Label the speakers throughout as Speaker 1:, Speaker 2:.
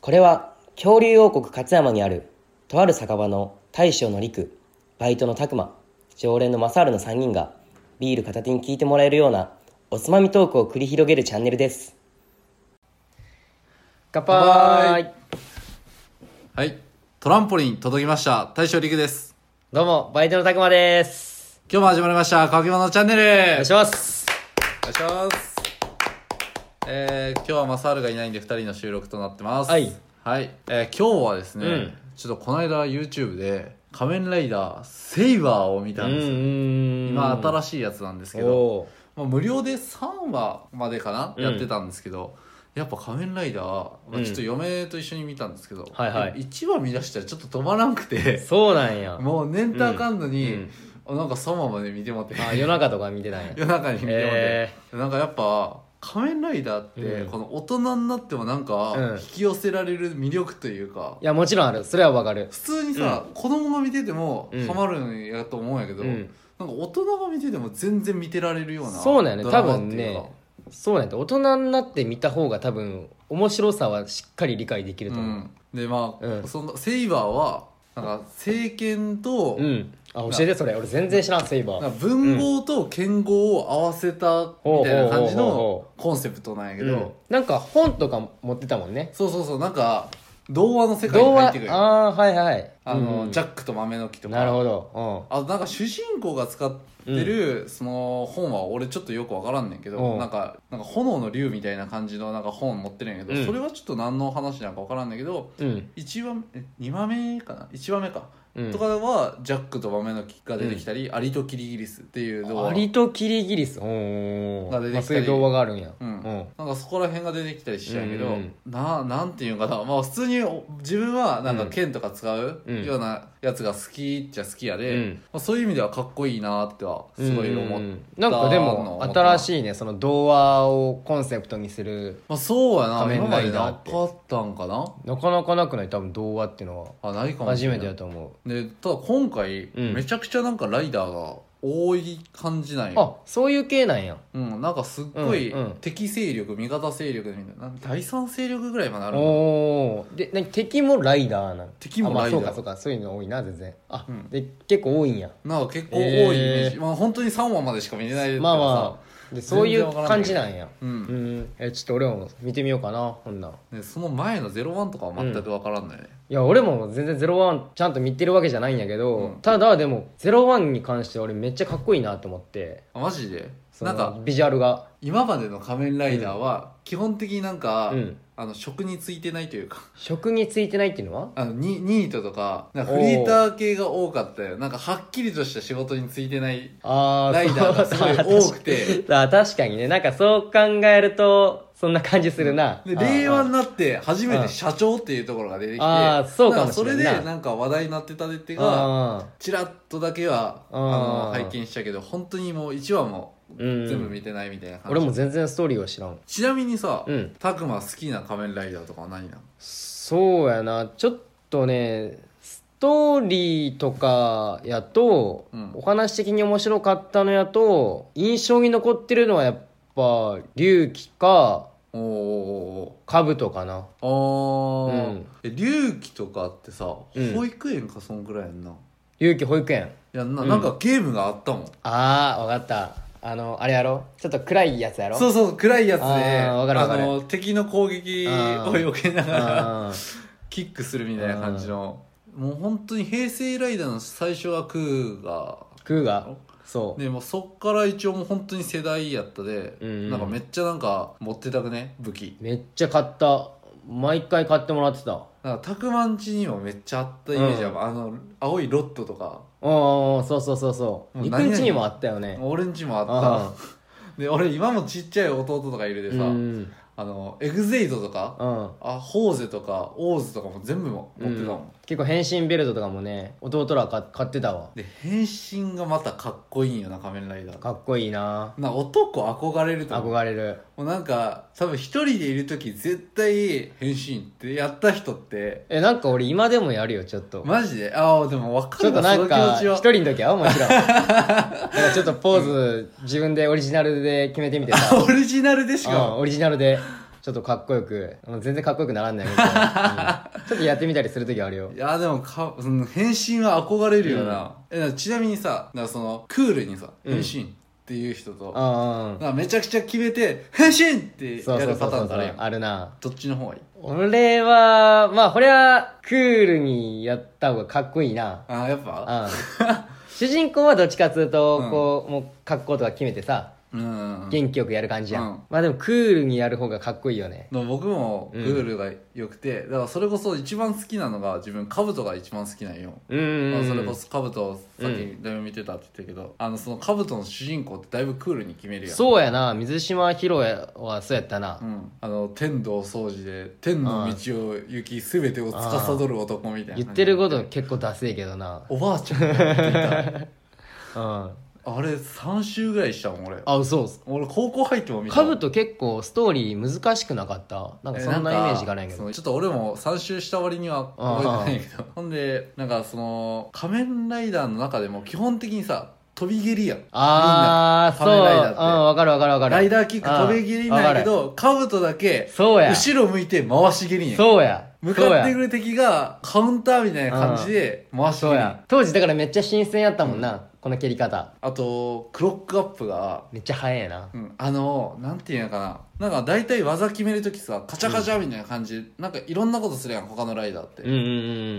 Speaker 1: これは恐竜王国勝山にあるとある酒場の大将の陸バイトの拓磨常連のマサールの3人がビール片手に聞いてもらえるようなおつまみトークを繰り広げるチャンネルです乾杯
Speaker 2: はい。トランポリン届きました。大将陸です。
Speaker 1: どうもバイトの拓磨です
Speaker 2: 今日も始まりました。かけものチャンネル。お
Speaker 1: お
Speaker 2: 願
Speaker 1: 願いします
Speaker 2: いします。えー、今日はマサールがいないんで2人の収録となってます。
Speaker 1: はい。
Speaker 2: はい。えー、今日はですね、
Speaker 1: うん
Speaker 2: ちょっとこの間 YouTube で仮面ライダーセイバーを見たんですよ。今新
Speaker 1: しい
Speaker 2: しいやつなんです
Speaker 1: け
Speaker 2: けど、
Speaker 1: ど
Speaker 2: まあ、無料で3話までかな、
Speaker 1: うん
Speaker 2: やってたんですけどやっぱ仮面ライダー、ま
Speaker 1: う
Speaker 2: あ、
Speaker 1: ん
Speaker 2: ちょっと嫁と一緒に見たんですけど、
Speaker 1: はいはい
Speaker 2: 1話見出したらちょっと止まらんくて
Speaker 1: そうなんや
Speaker 2: もう年たあかんのに、
Speaker 1: うん
Speaker 2: あなんか3話まで見てもって
Speaker 1: あ夜中とか見てない
Speaker 2: 夜中に見てもって、
Speaker 1: え
Speaker 2: なんかやっぱ仮面ライダーって、
Speaker 1: うん
Speaker 2: この大人になってもなん
Speaker 1: うん
Speaker 2: か引き寄せられる魅力というか、
Speaker 1: いやもちろんあるそれはわかる
Speaker 2: 普通にさ、子供が見てても
Speaker 1: うん
Speaker 2: ハマるんやと思うんやけど、
Speaker 1: うん
Speaker 2: なんか大人が見てても全然見てられるような
Speaker 1: そうなんよね
Speaker 2: ド
Speaker 1: 多
Speaker 2: ラマって
Speaker 1: 分
Speaker 2: いうか
Speaker 1: ねそうなんや大人になって見た方が多分面白さはしっかり理解できると
Speaker 2: う、
Speaker 1: 思うん
Speaker 2: でまあ、
Speaker 1: うん
Speaker 2: そのセイバーはなんか政権と、
Speaker 1: うん、あ教えてそれ俺全然知らんセイバー
Speaker 2: なんか文豪と剣豪を合わせたみたいな感じ
Speaker 1: ほうほうほうほ
Speaker 2: のコンセプトなんやけど、
Speaker 1: うんなんか本とか持ってたもんね
Speaker 2: そうそうそうなんか童話の世界に
Speaker 1: 童
Speaker 2: 入
Speaker 1: 話
Speaker 2: ってくるあ
Speaker 1: ああーはいはい
Speaker 2: の、
Speaker 1: うん
Speaker 2: ジャックと豆の木とか
Speaker 1: なるほど
Speaker 2: あとなんか主人公が使ってる、その本は俺ちょっとよくわからんねんけ
Speaker 1: う
Speaker 2: ど
Speaker 1: ん
Speaker 2: なんかなんか炎の竜みたいな感じのなんか本持ってるんやけど、
Speaker 1: うん
Speaker 2: それはちょっと何の話なんかわからんねんけど
Speaker 1: うんうん
Speaker 2: 1話目え2話目かな1話目か、
Speaker 1: うん
Speaker 2: とかはジャックと豆の木が出てきたり、アリとキリギリスっていう童
Speaker 1: ア
Speaker 2: 話
Speaker 1: リとキリギリスおー
Speaker 2: が出てきたり
Speaker 1: まあそういう童話があるんや
Speaker 2: うんなんかそこら辺が出てきたりしちゃうけど、
Speaker 1: うん
Speaker 2: ななんていうんかな、まあ、普通にお自分はなんか剣とか使う
Speaker 1: うん
Speaker 2: ようなやつが好きっちゃ好きやで、
Speaker 1: うん
Speaker 2: まあ、そういう意味ではかっこいいなってはすごい思っ
Speaker 1: う
Speaker 2: て、
Speaker 1: んなんかでも新しいねその童話をコンセプトにする
Speaker 2: まあ、そうやな
Speaker 1: 仮
Speaker 2: 今
Speaker 1: 面
Speaker 2: ま
Speaker 1: ラ
Speaker 2: で
Speaker 1: イ
Speaker 2: な
Speaker 1: ダー
Speaker 2: か
Speaker 1: って
Speaker 2: ったんかな
Speaker 1: なかなかなくない多分童話っていうのは
Speaker 2: あないかも
Speaker 1: 初
Speaker 2: し
Speaker 1: め
Speaker 2: れない
Speaker 1: てだと思う
Speaker 2: でただ今回、
Speaker 1: うん
Speaker 2: めちゃくちゃなんかライダーが多い感じなんよ
Speaker 1: あそういう系なんや
Speaker 2: うん、なんかすっごい
Speaker 1: うんうん
Speaker 2: 敵勢力、味方勢力みたいな第三勢力ぐらいまであるんだ
Speaker 1: おおーで何敵もライダーなの
Speaker 2: 敵もライダ
Speaker 1: あ
Speaker 2: ー
Speaker 1: まあそうかそうかそういうの多いな全然あ、
Speaker 2: うん
Speaker 1: で結構多いんや
Speaker 2: なんか結構多いイメージ、
Speaker 1: え
Speaker 2: まあ本当に3話までしか見れないけどさ
Speaker 1: まあまあでそういう感じなんや
Speaker 2: う、
Speaker 1: うんんえちょっと俺も見てみようかなほんなん
Speaker 2: でその前の「01」とかは全く分からんのよね、
Speaker 1: いや俺も全然「ゼロワンちゃんと見てるわけじゃないんやけど、
Speaker 2: うん
Speaker 1: ただでも「ゼロワンに関して俺めっちゃかっこいいなと思って
Speaker 2: あマジで
Speaker 1: その
Speaker 2: なんか
Speaker 1: ビジュアルが
Speaker 2: 今までの「仮面ライダー」は基本的になんか、
Speaker 1: うん
Speaker 2: あの職についてないというか
Speaker 1: 職についてないっていうのは
Speaker 2: あのニニートとかなんかフリーター系が多かったよなんかはっきりとした仕事についてない
Speaker 1: あー
Speaker 2: ライダーがすごい多くて
Speaker 1: あ確かにねなんかそう考えるとそんな感じするな、
Speaker 2: で
Speaker 1: あー
Speaker 2: 令和になって初めて社長っていうところが出てきて
Speaker 1: あーそうかもしれんなん
Speaker 2: かそれでなんか話題になってたでってが
Speaker 1: あ
Speaker 2: チラッとだけは
Speaker 1: あ
Speaker 2: あ
Speaker 1: ー
Speaker 2: の拝見したけど本当にもう1話も
Speaker 1: うん
Speaker 2: 全部見てないみたいな
Speaker 1: ー
Speaker 2: 感じ、
Speaker 1: 俺も全然ストーリーは知らん
Speaker 2: ちなみにさ
Speaker 1: うん
Speaker 2: たくま好きな仮面ライダーとかは何なの
Speaker 1: そうやなちょっとねストーリーとかやと、
Speaker 2: うん
Speaker 1: お話的に面白かったのやと印象に残ってるのはやっぱ龍騎か
Speaker 2: おーお
Speaker 1: 兜かな
Speaker 2: ーおー
Speaker 1: う
Speaker 2: あ
Speaker 1: ん
Speaker 2: ー、え龍騎とかってさ
Speaker 1: うん
Speaker 2: 保育園かそんくらいやんな、
Speaker 1: 龍騎保育園
Speaker 2: いやな
Speaker 1: うん
Speaker 2: なんかゲームがあったもん、
Speaker 1: ああわかったあのあれやろちょっと暗いやつやろ
Speaker 2: そううそう暗いやつで
Speaker 1: あーわかるわかる
Speaker 2: の敵の攻撃を避けながらキックするみたいな感じのもう本当に平成ライダーの最初はクーが
Speaker 1: 空がそう
Speaker 2: でもうそっから一応もう本当に世代やったで、
Speaker 1: うんうん
Speaker 2: なんかめっちゃなんか持ってたくね武器
Speaker 1: めっちゃ買った毎回買ってもらってたあ
Speaker 2: なんかたくまんちにもめっちゃあったイメージやもん、あの青いロットとか
Speaker 1: あそうそうそうそう
Speaker 2: もう
Speaker 1: 陸
Speaker 2: 何々
Speaker 1: んちにもあったよね
Speaker 2: 俺んちもあ
Speaker 1: あ
Speaker 2: ったで俺今もちっちゃい弟とかいるで
Speaker 1: う
Speaker 2: さ、
Speaker 1: ん
Speaker 2: あのエグゼイドとか、
Speaker 1: うん
Speaker 2: あホーゼとかオーズとかも全部も持ってたもん、
Speaker 1: うん結構変身ベルトとかもね弟らか買ってたわ
Speaker 2: で変身がまたかっこいいんよな仮面ライダー
Speaker 1: かっこいいな
Speaker 2: なんか男憧れると思う
Speaker 1: 憧れる
Speaker 2: もうなんか多分一人でいる時絶対変身ってやった人って
Speaker 1: えなんか俺今でもやるよちょっと、
Speaker 2: マジでああでも分か
Speaker 1: ちょ
Speaker 2: る
Speaker 1: っと
Speaker 2: な
Speaker 1: なんか
Speaker 2: その
Speaker 1: 一
Speaker 2: 気持ちは
Speaker 1: 人の時はもちろんなんかちょっとポーズ自分でオリジナルで決めてみてさ、
Speaker 2: オリジナルでし
Speaker 1: う
Speaker 2: か
Speaker 1: ん、
Speaker 2: も
Speaker 1: オリジナルでちょっとかっこよく、もう全然かっこよくならんないけど、うんちょっとやってみたりする時あるよ
Speaker 2: い。やでもか、その変身は憧れるよな、えちなみにさなんかそのクールにさ
Speaker 1: うん
Speaker 2: 変身っていう人
Speaker 1: う
Speaker 2: と、
Speaker 1: んうん。
Speaker 2: なんかめちゃくちゃ決めて変身って
Speaker 1: そうそ
Speaker 2: やる
Speaker 1: うそ
Speaker 2: パ
Speaker 1: う
Speaker 2: タ
Speaker 1: そ
Speaker 2: ーン
Speaker 1: う
Speaker 2: だ
Speaker 1: そ
Speaker 2: ら
Speaker 1: う。あるな。
Speaker 2: どっちの方がいい
Speaker 1: 俺は、まあ、これは、クールにやった方がかっこいいな。
Speaker 2: あーやっぱ
Speaker 1: うん。主人公はどっちかっつうと
Speaker 2: う、ん
Speaker 1: こう、もう格好とか決めてさ、
Speaker 2: うんうん
Speaker 1: 元気よくやる感じや
Speaker 2: うん
Speaker 1: ん。まあでも、クールにやる方がかっこいいよね。
Speaker 2: でも僕もクールが良くて、だからそれこそ一番好きなのが自分カブトが一番好きなんよ、
Speaker 1: うんうん
Speaker 2: ま
Speaker 1: う
Speaker 2: あ
Speaker 1: ん。
Speaker 2: それこそカブトをさっきだいぶ見てたって言ったけど、あのそのカブトの主人公ってだいぶクールに決めるやん
Speaker 1: そうやな、水島ヒロはそうやったな
Speaker 2: う。ん、あの天道掃除で天の道を行き全てを司る男みたいな
Speaker 1: 言ってること結構ダセえけどな。
Speaker 2: おばあちゃんが言ってい
Speaker 1: うん。あ、
Speaker 2: たあれ3週ぐらいしたもん俺
Speaker 1: そうっす。
Speaker 2: 俺高校入っても見た
Speaker 1: カブト結構ストーリー難しくなかったなんかそんなイメージがないけ
Speaker 2: そ
Speaker 1: ど。
Speaker 2: のちょっと俺も3周した割には覚えてないけどほんでなんかその仮面ライダーの中でも基本的にさ飛び蹴りやん
Speaker 1: あー、
Speaker 2: みんな仮面ライダーっ
Speaker 1: そう。
Speaker 2: て
Speaker 1: うん、わかるわかるわかる。
Speaker 2: ライダーキック飛び蹴りなんやけ
Speaker 1: うん、わ
Speaker 2: どカブトだけ
Speaker 1: かるそうや。
Speaker 2: 後ろ向いて回し蹴りやん
Speaker 1: そうや。
Speaker 2: 向かって
Speaker 1: そう
Speaker 2: く
Speaker 1: や
Speaker 2: る敵がカウンターみたいな感じで回し蹴
Speaker 1: そう
Speaker 2: り
Speaker 1: や。当時だからめっちゃ新鮮やったもんな、この蹴り方。
Speaker 2: あとクロックアップが、
Speaker 1: めっちゃ早えな。
Speaker 2: うん、あのなんていうのかななんか大体技決める時さカチャカチャみたいな感じ、なんかいろんなことするやん他のライダーって、
Speaker 1: うんうんう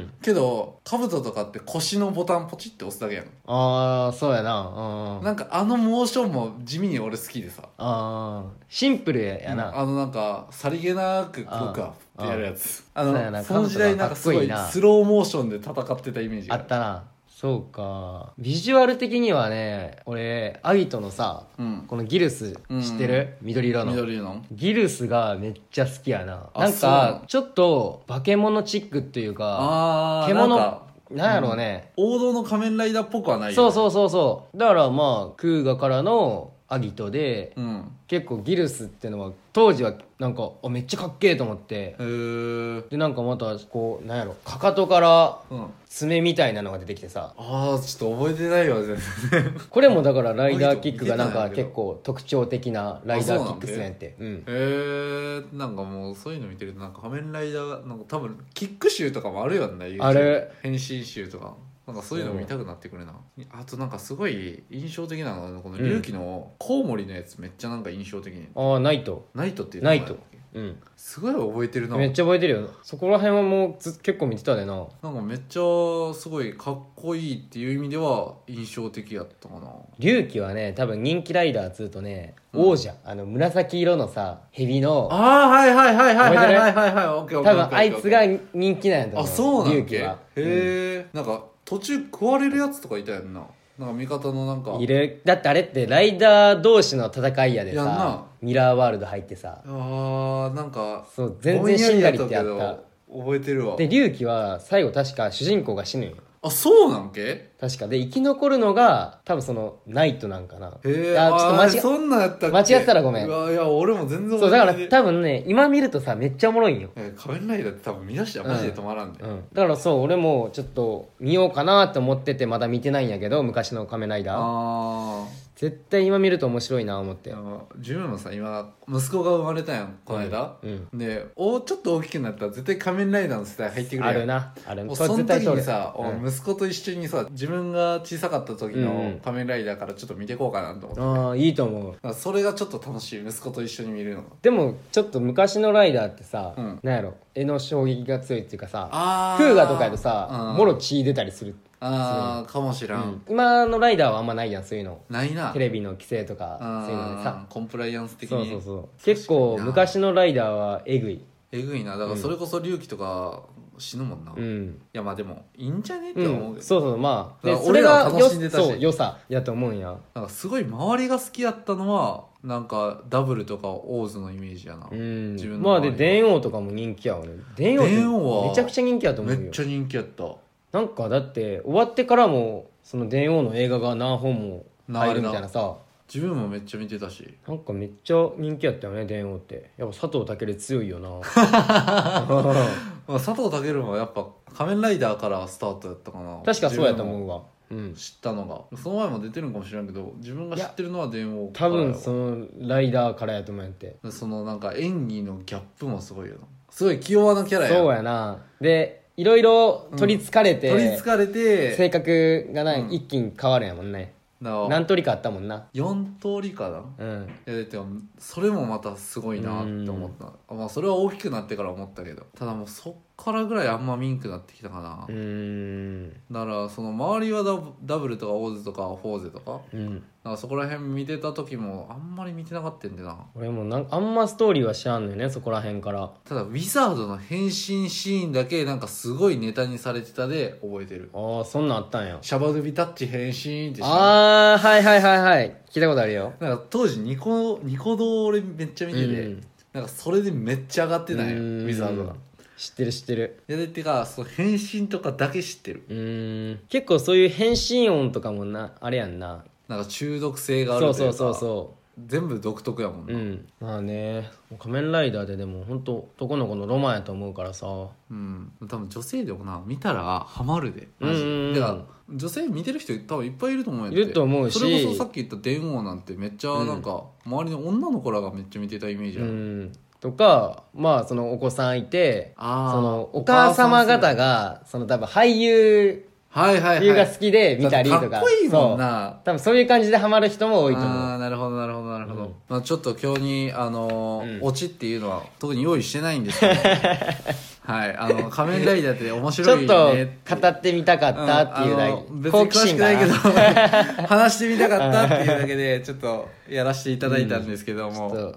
Speaker 1: ん。
Speaker 2: けどカブトとかって腰のボタンポチって押すだけやん、
Speaker 1: あー、そうやな。うんうん。
Speaker 2: なんかあのモーションも地味に俺好きでさ
Speaker 1: あー、シンプルやな。
Speaker 2: あのなんかさりげなくクロックアップってやるやつあ
Speaker 1: そうや
Speaker 2: の
Speaker 1: な
Speaker 2: その時代
Speaker 1: カ
Speaker 2: なん
Speaker 1: ブトがか
Speaker 2: か
Speaker 1: っ
Speaker 2: す
Speaker 1: こ
Speaker 2: ご
Speaker 1: いい
Speaker 2: い
Speaker 1: な
Speaker 2: スローモーションで戦ってたイメージが
Speaker 1: あったな。そうか。ビジュアル的にはね、俺、アギトのさ、
Speaker 2: うん
Speaker 1: このギルス知ってる、緑色の。
Speaker 2: 緑の
Speaker 1: ギルスがめっちゃ好きやな。
Speaker 2: あ
Speaker 1: なん
Speaker 2: そうな
Speaker 1: か
Speaker 2: の、
Speaker 1: ちょっと化け物チックっていうか、
Speaker 2: ああ
Speaker 1: 獣
Speaker 2: なんか
Speaker 1: なんやろうね。
Speaker 2: 王道の仮面ライダーっぽくはない
Speaker 1: そう
Speaker 2: う
Speaker 1: そうそうそう。だからまあ、クーガからのアギトで、
Speaker 2: うん
Speaker 1: 結構ギルスってのは、当時はなんか、あめっちゃかっけえと思って
Speaker 2: へえ、うん、
Speaker 1: で、なんかまた、こう、なんやろ、かかとから
Speaker 2: あ
Speaker 1: 爪みたいなのが出てきてさ、
Speaker 2: あーちょっと覚えてないわ全然
Speaker 1: これもだからライダーキックがなん
Speaker 2: あ
Speaker 1: か
Speaker 2: ギト見てたんやけど
Speaker 1: 結構特徴的なライダーキックスなんやって。うん。
Speaker 2: へえなんかもうそういうの見てるとなんか仮面ライダーなんか多分キック集とかもあるよね YouTube
Speaker 1: ある
Speaker 2: 変身集とかなんかそういうの見たくなってくるな、あとなんかすごい印象的なのがこの龍騎のコウモリのやつめっちゃなんか印象的に、
Speaker 1: ああ、ナイト。
Speaker 2: ナイトっていう名前だっけ
Speaker 1: ナイうん。
Speaker 2: すごい覚えてるな
Speaker 1: めっちゃ覚えてるよそこら辺はもうず結構見てたでな
Speaker 2: なんかめっちゃすごいかっこいいっていう意味では印象的やったかな
Speaker 1: 龍騎はね多分人気ライダーっつうとね
Speaker 2: うん
Speaker 1: 王者、あの紫色のさ蛇の
Speaker 2: ああはいはいはいはいはいはいはいはいオッケ
Speaker 1: 多
Speaker 2: ーオッケーオッ
Speaker 1: 分
Speaker 2: ケー
Speaker 1: あいつが人気なんやと思う
Speaker 2: あそうなん
Speaker 1: 龍
Speaker 2: だ
Speaker 1: 騎は
Speaker 2: へえ、なんか途中食われるやつとかいたやんななんか味方のなんか
Speaker 1: いるだってあれってライダー同士の戦いやで
Speaker 2: やん
Speaker 1: さ
Speaker 2: な
Speaker 1: ミラーワールド入ってさ
Speaker 2: あーなんか
Speaker 1: そう全然死んだりってやっ
Speaker 2: ぼんや
Speaker 1: た
Speaker 2: りやけど覚えてるわ
Speaker 1: で龍騎は最後確か主人公が死ぬんよ
Speaker 2: あそうなんけへ
Speaker 1: 確かで生き残るのが多分そのナイトなんかな
Speaker 2: え
Speaker 1: あちょっと間違
Speaker 2: あーそんなんやったっけ
Speaker 1: 間違ってたらごめん
Speaker 2: うわいや俺も全然
Speaker 1: そうだから
Speaker 2: 覚えてない
Speaker 1: 多分ね今見るとさめっちゃおもろいんよ
Speaker 2: え仮面ライダーって多分見出したらマジで止まらんで、
Speaker 1: うん、だからそう俺もちょっと見ようかなと思っててまだ見てないんやけど昔の「仮面ライダー
Speaker 2: あ」
Speaker 1: 絶対今見ると面白いな思って
Speaker 2: あ自分もさ今息子が生まれたやんこの間、
Speaker 1: うん
Speaker 2: でおちょっと大きくなったら絶対仮面ライダーの世代入ってくるやん
Speaker 1: あるなある
Speaker 2: もう
Speaker 1: これ
Speaker 2: その
Speaker 1: 絶対
Speaker 2: 時
Speaker 1: そう
Speaker 2: に
Speaker 1: だ
Speaker 2: さ、
Speaker 1: うん
Speaker 2: 俺息子と一緒にさ自分が小さかった時
Speaker 1: うんう
Speaker 2: の
Speaker 1: ん
Speaker 2: 仮面ライダーからちょっと見てこうかなと思って、だ
Speaker 1: ああいいと思う
Speaker 2: からそれがちょっと楽しい息子と一緒に見るのが
Speaker 1: でもちょっと昔のライダーってさ、
Speaker 2: うん
Speaker 1: なんやろ絵の衝撃が強いっていうかさ
Speaker 2: あ
Speaker 1: クーガとかやとさ
Speaker 2: うん
Speaker 1: もろ血出たりする、
Speaker 2: あーかもしらん、
Speaker 1: 今のライダーはあんまないやんそういうの
Speaker 2: ないな
Speaker 1: テレビの規制とか
Speaker 2: あー
Speaker 1: そういうのでさ
Speaker 2: コンプライアンス的
Speaker 1: そう
Speaker 2: に
Speaker 1: そうそう結構昔のライダーはえぐい
Speaker 2: えぐいなだからそれこそ龍騎とか死ぬもんな、
Speaker 1: う
Speaker 2: い
Speaker 1: ん
Speaker 2: やまあでもいいんじゃねって
Speaker 1: う、
Speaker 2: 思うんけど、
Speaker 1: そうそうまあで
Speaker 2: だから
Speaker 1: それ
Speaker 2: 俺ら
Speaker 1: が
Speaker 2: は
Speaker 1: よ
Speaker 2: 楽しんでたし
Speaker 1: そう良さやと思うんや
Speaker 2: なんかすごい周りが好きやったのはなんかダブルとかオーズのイメージやな、
Speaker 1: うん
Speaker 2: 自分の
Speaker 1: まあで
Speaker 2: 周り
Speaker 1: 電王とかも人気やわね電王って
Speaker 2: 電王は
Speaker 1: めちゃくちゃ人気やと思
Speaker 2: め
Speaker 1: う
Speaker 2: っ
Speaker 1: よ
Speaker 2: ちゃ人気やった
Speaker 1: なんかだって終わってからもその電王の映画が何本も入るみたいなさ
Speaker 2: 自分もめっちゃ見てたし
Speaker 1: なんかめっちゃ人気やったよね電王ってやっぱ佐藤健強い よな
Speaker 2: まあ、佐藤健もやっぱ仮面ライダーからスタートやったかな
Speaker 1: 確かそうやと思うわうん
Speaker 2: 知ったのがその前も出てるんかもしれんけど自分が知ってるのは電王
Speaker 1: 多分
Speaker 2: そ
Speaker 1: そのライダーからやと思うんやって
Speaker 2: そのなんか演技のギャップもすごいよなすごい器用なキャラやん
Speaker 1: そうやなでいろいろ取りつかれて、
Speaker 2: 取りつかれて
Speaker 1: 性格がな、
Speaker 2: うん
Speaker 1: 一気に変わるんやもんね
Speaker 2: だから
Speaker 1: 何通りかあったもんな
Speaker 2: 4通りかな
Speaker 1: うん
Speaker 2: いやでもそれもまたすごいなって思ったあまあそれは大きくなってから思ったけどただもうそっからぐらいあんまミンクなってきたかな、
Speaker 1: うーん
Speaker 2: だからその周りはダブダブルとかオーズとかフォーゼとかだか
Speaker 1: うん
Speaker 2: らそこら辺見てた時もあんまり見てなかったんでな
Speaker 1: 俺もなんあんまストーリーは知らんのよねそこら辺から
Speaker 2: ただウィザードの変身シーンだけなんかすごいネタにされてたで覚えてる
Speaker 1: ああそんなんあったんや
Speaker 2: シャバドゥビタッチ変身ってした
Speaker 1: ああはいはいはいはい聞いたことあるよ
Speaker 2: なんか当時ニコニコ動を俺めっちゃ見てて、
Speaker 1: うん
Speaker 2: なんかそれでめっちゃ上がってないウ
Speaker 1: うん
Speaker 2: ィザードが
Speaker 1: 知ってる知ってる
Speaker 2: いやでてかその変身とかだけ知ってる
Speaker 1: うーん結構そういう変身音とかもなあれやんな
Speaker 2: なんか中毒性があると
Speaker 1: そ
Speaker 2: いううか
Speaker 1: そうそうそう
Speaker 2: 全部独特やもん
Speaker 1: う
Speaker 2: な、
Speaker 1: んまあね「仮面ライダー」ででも本当男の子のロマンやと思うからさ
Speaker 2: うん多分女性でもな見たらハマるでマジ
Speaker 1: うんうんう
Speaker 2: で
Speaker 1: ん
Speaker 2: だから女性見てる人多分いっぱいいると思うんやっ
Speaker 1: い
Speaker 2: て
Speaker 1: ると思うし
Speaker 2: それこそさっき言った電王なんてめっちゃなんか周りの女の子らがめっちゃ見てたイメージあ
Speaker 1: う
Speaker 2: る、
Speaker 1: んとかまあそのお子さんいてそ
Speaker 2: あー
Speaker 1: のお母様方がその多分俳優
Speaker 2: はいはいはい
Speaker 1: が好きで見たりとか
Speaker 2: だってっこいいもん
Speaker 1: そ
Speaker 2: な
Speaker 1: う多分そういう感じでハマる人も多いと
Speaker 2: あ
Speaker 1: 思
Speaker 2: あ
Speaker 1: う
Speaker 2: なるほどなるほどなるほど、
Speaker 1: うん
Speaker 2: まあ、ちょっと今日にあのー
Speaker 1: うん
Speaker 2: オチっていうのは特に用意してないんで すけどはいあの仮面ライダーって面
Speaker 1: ち
Speaker 2: 白
Speaker 1: ょ
Speaker 2: い
Speaker 1: っ
Speaker 2: よ
Speaker 1: と
Speaker 2: ねて
Speaker 1: 語ってみたかったっていうだけ、
Speaker 2: んあの
Speaker 1: 好
Speaker 2: 別
Speaker 1: 奇
Speaker 2: に詳し
Speaker 1: 心
Speaker 2: くな
Speaker 1: が
Speaker 2: いけど
Speaker 1: な
Speaker 2: 話してみたかったっていうだけでちょっとやらせていただいたんですけど も、
Speaker 1: そう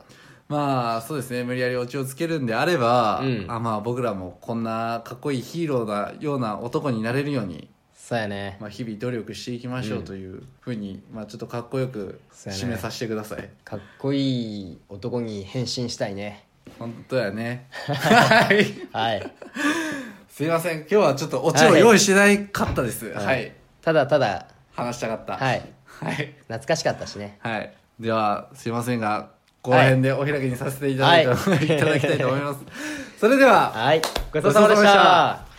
Speaker 2: まあそうですね無理やりオチをつけるんであれば、
Speaker 1: うん
Speaker 2: あまあ僕らもこんなかっこいいヒーローなような男になれるように、
Speaker 1: そうやね
Speaker 2: まあ、日々努力していきましょうというふうに、まあ、ちょっとかっこよく
Speaker 1: そうやね
Speaker 2: 締めさせてください、
Speaker 1: かっこいい男に変身したいね
Speaker 2: 本当やねはい
Speaker 1: はい
Speaker 2: すいません今日はちょっとオチを用意してないかったですはい、
Speaker 1: ただただ
Speaker 2: 話したかった
Speaker 1: はい
Speaker 2: はい
Speaker 1: 懐かしかったしね
Speaker 2: はい。では、すいませんが、この辺でお 開きにさせていただ,、いた
Speaker 1: はい
Speaker 2: ただきたいと思います。それでは、
Speaker 1: はいごちそうさまでした